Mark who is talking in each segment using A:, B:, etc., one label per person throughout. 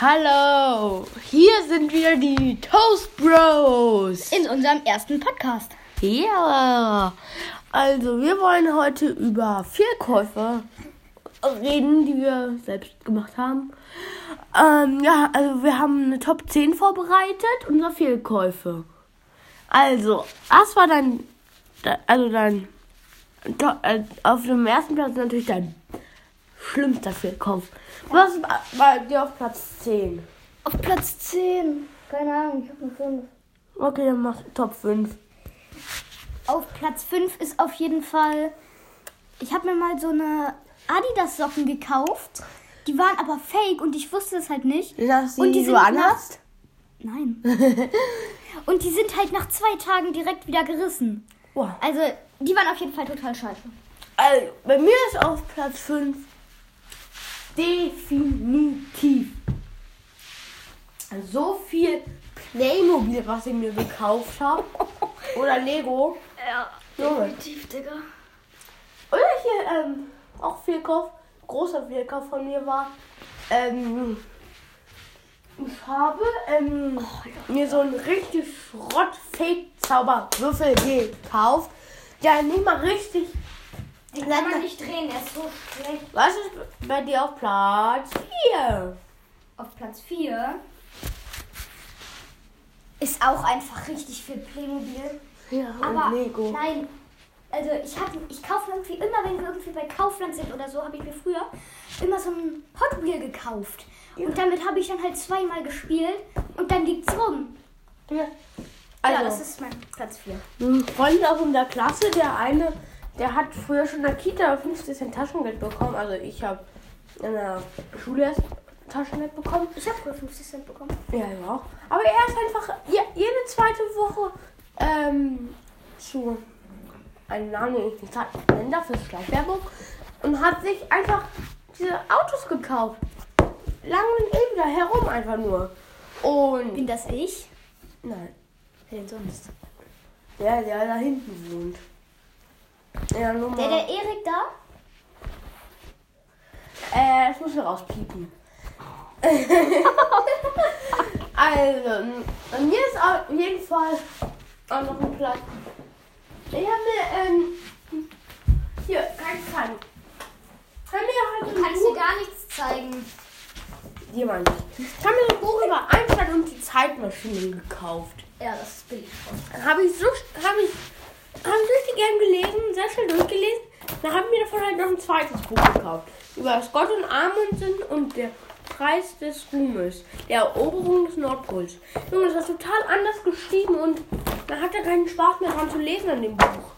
A: Hallo, hier sind wieder die Toast Bros.
B: In unserem ersten Podcast.
A: Ja, also wir wollen heute über Fehlkäufe reden, die wir selbst gemacht haben. Ähm, ja, also wir haben eine Top 10 vorbereitet, unserer Fehlkäufe. Also, was war dein, de- also dein, to- äh, auf dem ersten Platz natürlich dein schlimmster Fehlkauf. Was war bei dir auf Platz 10?
B: Auf Platz 10. Keine Ahnung, ich habe nur 5.
A: Okay, dann mach Top 5.
B: Auf Platz 5 ist auf jeden Fall. Ich habe mir mal so eine Adidas-Socken gekauft. Die waren aber fake und ich wusste es halt nicht.
A: Dass
B: Und die
A: die du
B: sind nach-
A: anhast?
B: Nein. und die sind halt nach zwei Tagen direkt wieder gerissen.
A: Boah.
B: Also, die waren auf jeden Fall total scheiße.
A: Also, bei mir ist auf Platz 5 definitiv so viel Playmobil, was ich mir gekauft habe. Oder Lego.
B: Ja,
A: Junge.
B: Digga.
A: Oder hier ähm, auch Fehlkauf, großer Fehlkauf von mir war. Ähm, ich habe ähm, mir so einen richtig Schrott-Fake-Zauberwürfel gekauft, der nicht mal richtig. Den hat man
B: nicht drehen, er ist so schlecht.
A: Was ist bei dir auf Platz 4?
B: Auf Platz 4 ist auch einfach richtig viel Playmobil.
A: Ja,
B: Aber nein, also ich habe, ich kaufe irgendwie immer, wenn wir irgendwie bei Kaufland sind oder so, habe ich mir früher immer so ein Hot Wheel gekauft. Und damit habe ich dann halt zweimal gespielt und dann liegt's rum.
A: Ja.
B: ja, das
A: Also,
B: ist mein Platz 4.
A: ein Freund aus unserer Klasse, der eine, der hat früher schon in der Kita 50 Cent Taschengeld bekommen. Also, ich habe in der Schule erst Taschengeld bekommen.
B: Ich habe früher 50 Cent bekommen.
A: Ja, ja auch. Aber er ist einfach ja, jede zweite Woche ähm, zu einem Namen, den ich nicht sag- nennen darf, ist Schleichwerbung. Und hat sich einfach diese Autos gekauft. Lang und eben da herum einfach nur. Und.
B: Bin das ich?
A: Nein.
B: Wer denn sonst?
A: Der, der da hinten wohnt. Ja, Nummer.
B: Der, der Erik da?
A: Äh, das muss man rauspiepen. also, m- bei mir ist auf jeden Fall auch noch ein Platz. Ich habe mir, ähm, hier, kein Kann. Kann mir halt ein Buch,
B: gar nichts zeigen.
A: jemand. Ich habe mir ein Buch über Einstein und die Zeitmaschine gekauft.
B: Ja, das ist billig.
A: Habe ich so, habe ich, habe ich richtig gern gelesen, sehr schnell durchgelesen. Dann habe ich mir davon halt noch ein zweites Buch gekauft. Über Scott und Amundsen und der Preis des Ruhmes. Der Eroberung des Nordpols. Junge, das war total anders geschrieben und man hatte keinen Spaß mehr dran zu lesen an dem Buch.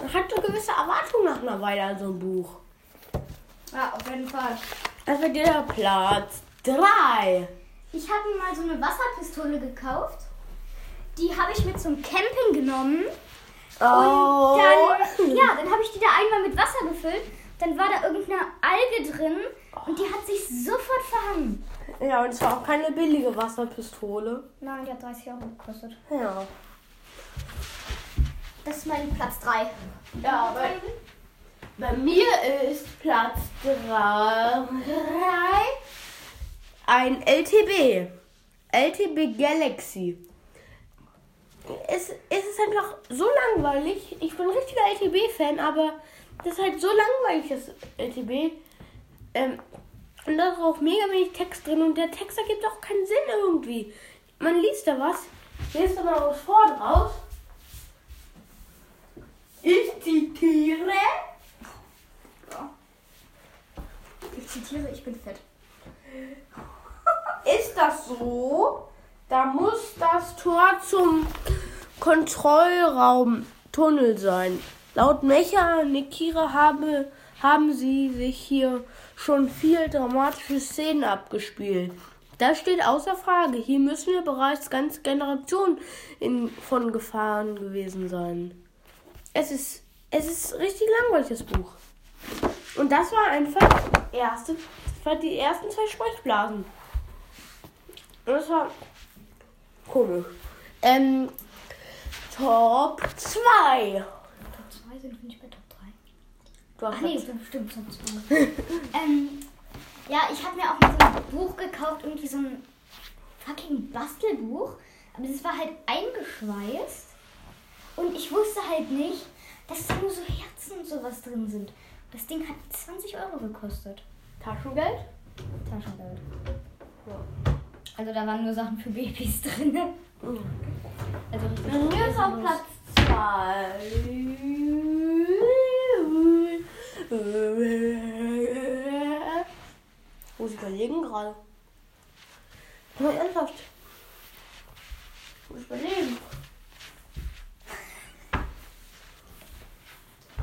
A: Man hatte gewisse Erwartungen nach einer Weile an so ein Buch.
B: Ja, auf jeden Fall.
A: Das war der Platz 3.
B: Ich habe mir mal so eine Wasserpistole gekauft. Die habe ich mit zum Camping genommen.
A: Oh.
B: Und dann, ja, dann habe ich die da einmal mit Wasser gefüllt. Dann war da irgendeine Alge drin und die hat sich sofort verhangen.
A: ja, und es war auch keine billige Wasserpistole.
B: Nein, die hat 30 Euro gekostet.
A: Ja.
B: Das ist mein Platz 3.
A: Ja, bei, bei mir ist Platz 3 ein LTB. LTB Galaxy. Es, es ist einfach so langweilig. Ich bin ein richtiger LTB-Fan, aber das ist halt so langweilig, das LTB. Ähm, und da ist auch mega wenig Text drin und der Text ergibt auch keinen Sinn irgendwie. Man liest da was, liest da mal was vor draus. Ich zitiere.
B: Ich zitiere, ich bin fett.
A: Ist das so? Da muss das Tor zum Kontrollraumtunnel sein. Laut Mechanikierer habe, haben sie sich hier schon viel dramatische Szenen abgespielt. Das steht außer Frage. Hier müssen wir bereits ganze Generationen in, von Gefahren gewesen sein. Es ist, es ist richtig langweilig, das Buch. Und das war einfach erste, das waren die ersten zwei Sprechblasen. Das war komisch. Ähm, Top 2.
B: Top 2 sind wir nicht bei Top 3.
A: Du hast
B: Ach nee, stimmt, stimmt, stimmt. ähm, ja, ich habe mir auch mal so ein Buch gekauft, irgendwie so ein fucking Bastelbuch. Aber das war halt eingeschweißt. Und ich wusste halt nicht, dass da nur so Herzen und sowas drin sind. Das Ding hat 20 Euro gekostet.
A: Taschengeld?
B: Taschengeld.
A: Ja.
B: Also da waren nur Sachen für Babys drin. Also richtig
A: Bei mir ist auf
B: kostenlos.
A: Platz 2. Muss ich überlegen gerade. Mal ernsthaft. Muss ich überlegen.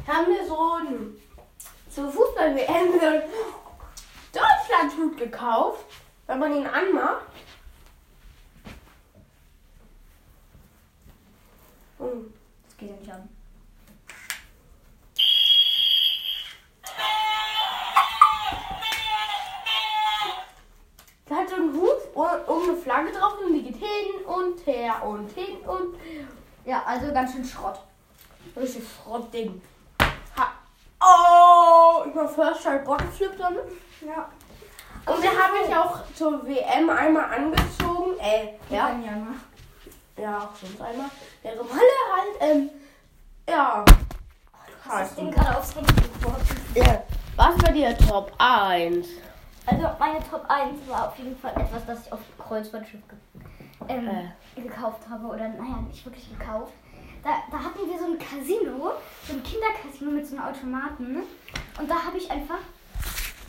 A: Haben wir so ein zur Fußball-WM so einen Deutschlandhut gekauft, wenn man ihn anmacht. Und
B: Das geht ja nicht an.
A: Da hat so einen Hut und, und eine Flagge drauf und die geht hin und her und hin und
B: Ja, also ganz schön Schrott.
A: richtig Schrottding. Ha. Oh, über First Shot Bottleflip dann.
B: Ja.
A: Und den habe ich auch zur WM einmal angezogen. Äh, ja.
B: Ja.
A: Ja, auch sonst einmal. Der normale halt, ähm, ja.
B: Das Ding gerade aufs Handy geworfen.
A: Was war dir Top 1?
B: Also meine Top 1 war auf jeden Fall etwas, das ich auf dem Kreuzfahrtschiff ge ähm,
A: Äh.
B: gekauft habe. Oder naja, nicht wirklich gekauft. Da, da hatten wir so ein Casino, so ein Kindercasino mit so einem Automaten. Und da habe ich einfach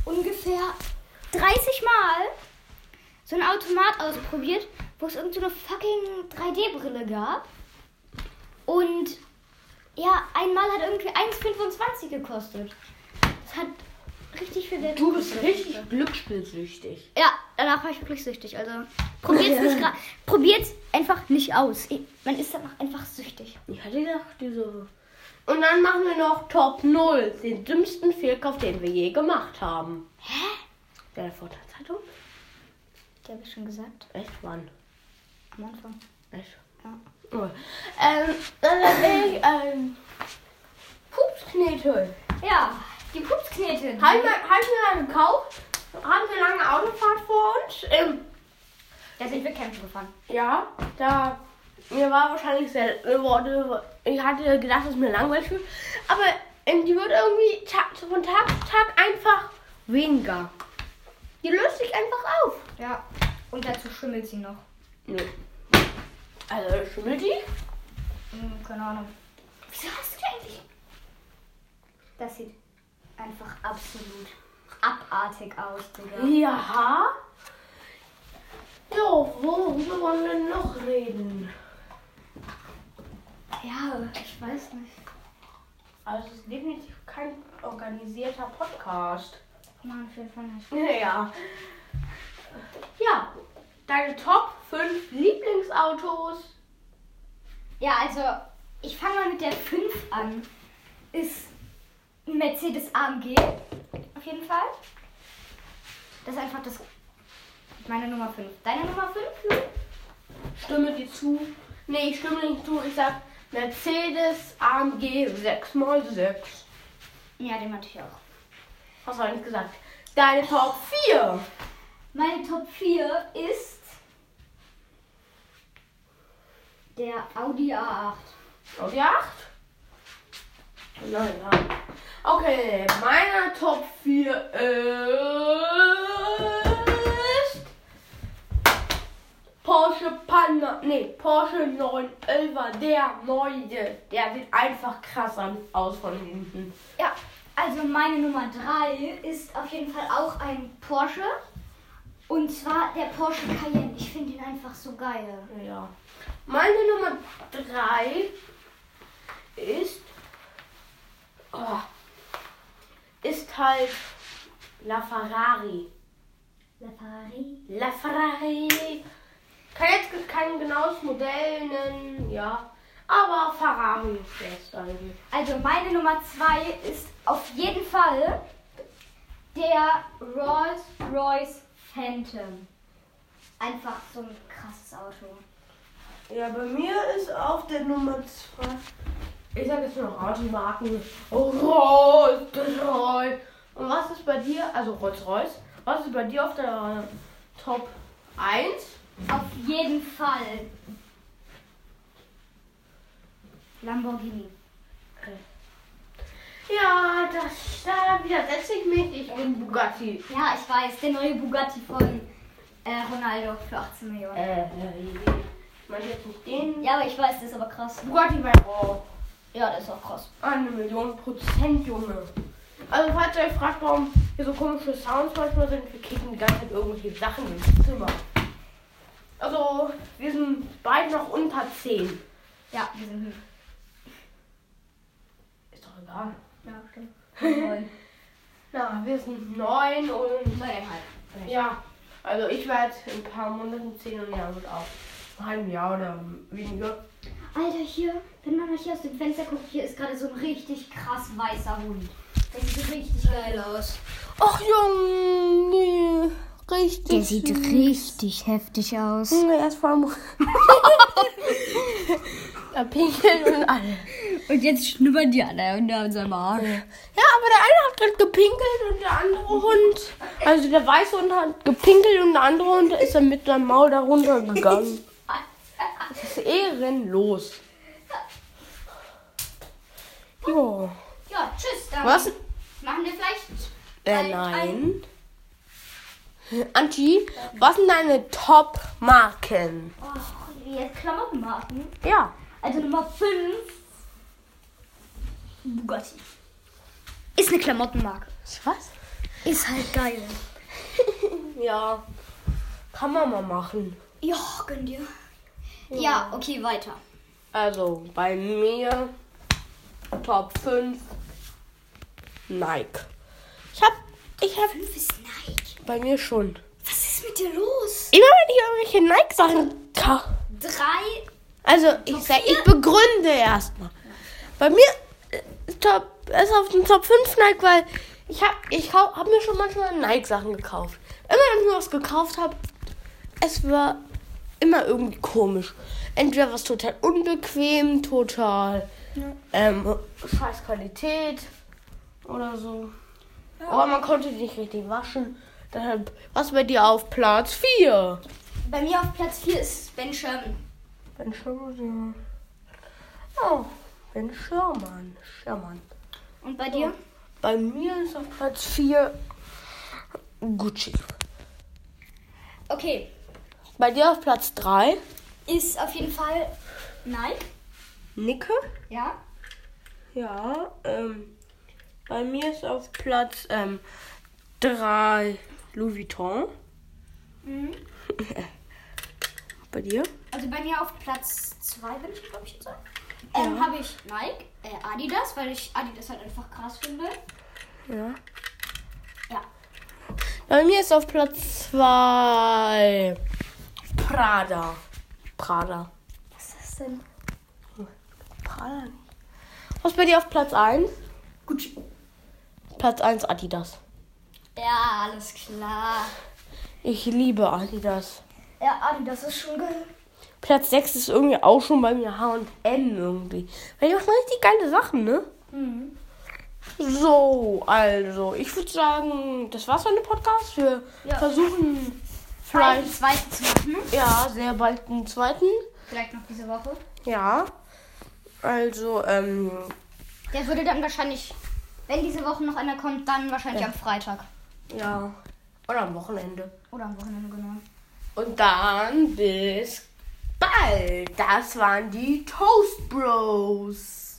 B: ungefähr 30 Mal so einen Automat ausprobiert, wo es irgendeine so eine fucking 3D-Brille gab. Und ja, einmal hat irgendwie 1,25 gekostet. Das hat richtig viel Geld
A: Du bist
B: gekostet.
A: richtig glücksspielsüchtig.
B: Ja, danach war ich wirklich süchtig. Also probiert's nicht gra- probiert's einfach nicht aus. Ich- Man ist danach einfach süchtig.
A: Ich hatte gedacht, diese. Und dann machen wir noch Top 0, den dümmsten Fehlkauf, den wir je gemacht haben.
B: Hä?
A: Der Vorteilzeitung?
B: Die habe ich schon gesagt
A: Echt, wann?
B: am Anfang.
A: Echt?
B: Ja.
A: Oh. Ähm, dann hab ich ähm, Pupsknete.
B: Ja, die Pupsknete.
A: Haben wir, haben wir mal gekauft? Haben wir lange Autofahrt vor uns? Ähm,
B: Da sind wir campen gefahren.
A: ja, da mir war wahrscheinlich sehr wurde, ich hatte gedacht, dass mir langweilig wird, aber ähm, die wird irgendwie Tag, von Tag zu Tag einfach weniger. Die löst sich einfach auf.
B: Ja. Und dazu schimmelt sie noch.
A: Nö. Also schimmelt die?
B: Hm, keine Ahnung. Wieso hast du die eigentlich? Das sieht einfach absolut abartig aus, Digga.
A: Ja. Jo, worüber wollen wir noch reden?
B: Ja, ich weiß nicht.
A: Also es ist definitiv kein organisierter Podcast.
B: Mann, auf jeden Fall nicht.
A: Ja. Ja. Deine Top 5 Lieblingsautos.
B: Ja, also ich fange mal mit der 5 an. Ist ein Mercedes AMG. Auf jeden Fall. Das ist einfach das. Meine Nummer 5. Deine Nummer ne? 5?
A: Stimme dir zu. Nee, ich stimme nicht zu. Ich sag Mercedes AMG 6x6.
B: Ja, den meinte ich auch.
A: Hast du eigentlich gesagt? Deine Top 4.
B: Meine Top 4 ist der Audi A8.
A: Auf die 8? Nein, ja. Okay, meine Top 4 ist Porsche Panda, nee, Porsche 911, der neue. Der sieht einfach krass an, aus von hinten.
B: Ja, also meine Nummer 3 ist auf jeden Fall auch ein Porsche. Und zwar der Porsche Cayenne. Ich finde ihn einfach so geil.
A: Ja. Meine Nummer 3 ist. Oh, ist halt La Ferrari.
B: La Ferrari.
A: La Ferrari. Kann jetzt kein genaues Modell nennen, ja. Aber Ferrari ist es eigentlich.
B: Also meine Nummer 2 ist auf jeden Fall der Rolls Royce Phantom. Einfach so ein krasses Auto.
A: Ja, bei mir ist auf der Nummer 2. Ich sag jetzt nur noch Automarken. Rolls Royce. Und was ist bei dir, also Rolls Royce, was ist bei dir auf der Top 1.
B: Auf jeden Fall. Lamborghini.
A: Ja, das, da widersetze ich mich. Ich bin Bugatti.
B: Ja, ich weiß, der neue Bugatti von äh, Ronaldo für 18 Millionen.
A: Äh, ich meine jetzt nicht den.
B: Ja, aber ich weiß, das ist aber krass.
A: Bugatti bei Raw.
B: Ja, das ist auch krass.
A: Eine Million Prozent, Junge. Also, falls ihr euch fragt, warum hier so komische Sounds manchmal sind, wir kicken die ganze Zeit irgendwelche Sachen ins Zimmer. Also, wir sind beide noch unter 10.
B: Ja, wir sind gut.
A: Ist doch egal.
B: Ja, stimmt. Neun.
A: Na, wir sind 9 und
B: Neuneinhalb.
A: Ja, also ich werde in ein paar Monaten 10 und ja, und auch in einem Jahr oder weniger.
B: Alter, hier, wenn man mal hier aus dem Fenster guckt, hier ist gerade so ein richtig krass weißer Hund. Der sieht richtig geil aus.
A: Ach Junge, richtig.
B: richtig heftig aus.
A: Junge, erstmal Da pinkeln und alle.
B: Und jetzt schnuppern die alle unter unserem Arsch.
A: Ja, aber der eine hat gerade gepinkelt und der andere Hund, also der weiße Hund hat gepinkelt und der andere Hund ist dann mit seinem Maul da runtergegangen. Das ist ehrenlos. Jo.
B: Ja, tschüss. Dann
A: Was?
B: Machen wir vielleicht.
A: Äh,
B: Ein-
A: nein. Angie, was sind deine Top-Marken?
B: Oh, jetzt Klamottenmarken.
A: Ja.
B: Also Nummer 5. Bugatti. Ist eine Klamottenmarke.
A: Was?
B: Ist halt geil.
A: Ja. Kann man mal machen.
B: Ja, gönn dir. Ja, okay, weiter.
A: Also bei mir Top 5 Nike. Ich hab, ich hab
B: Fünf ist Nike.
A: bei mir schon.
B: Was ist mit dir los?
A: Immer wenn ich irgendwelche Nike-Sachen kaufe.
B: Drei.
A: Also, ich sag, ich begründe erstmal. Bei mir äh, Top, ist auf dem Top 5 Nike, weil ich hab, ich hau- hab mir schon manchmal Nike-Sachen gekauft. Immer wenn ich mir was gekauft habe, es war immer irgendwie komisch. Entweder war es total unbequem, total ähm, scheiß Qualität oder so. Aber man konnte die nicht richtig waschen. Deshalb, was bei dir auf Platz 4?
B: Bei mir auf Platz 4 ist Ben Sherman.
A: Ben Schirmann. Oh, Ben Schirmann. Schirmann.
B: Und bei dir?
A: Bei mir ist auf Platz 4 Gucci.
B: Okay.
A: Bei dir auf Platz 3
B: Ist auf jeden Fall Nike.
A: Nicke.
B: Ja.
A: Ja, ähm, bei mir ist auf Platz ähm, 3 Louis Vuitton.
B: Mhm.
A: Bei dir?
B: Also bei mir auf Platz 2 bin ich, glaube ich, jetzt. Ähm, Habe ich Nike, äh, Adidas, weil ich Adidas halt einfach krass finde.
A: Ja.
B: Ja.
A: Bei mir ist auf Platz 2 Prada. Prada.
B: Was ist das denn?
A: Prada nicht. Was bei dir auf Platz 1?
B: Gucci.
A: Platz 1 Adidas.
B: Ja, alles klar.
A: Ich liebe Adidas.
B: Ja, Adidas ist schon geil.
A: Platz 6 ist irgendwie auch schon bei mir HM irgendwie. Weil die machen richtig geile Sachen, ne?
B: Mhm.
A: So, also, ich würde sagen, das war's von dem Podcast. Wir
B: Ja.
A: versuchen
B: Vielleicht
A: vielleicht,
B: einen zweiten zu machen.
A: ja, sehr bald einen zweiten.
B: Vielleicht Mhm. noch diese Woche.
A: Ja. Also, ähm,
B: Der würde dann wahrscheinlich, wenn diese Woche noch einer kommt, dann wahrscheinlich am Freitag.
A: ja. Oder am Wochenende.
B: Oder am Wochenende, genau.
A: Und dann bis bald. Das waren die Toast Bros.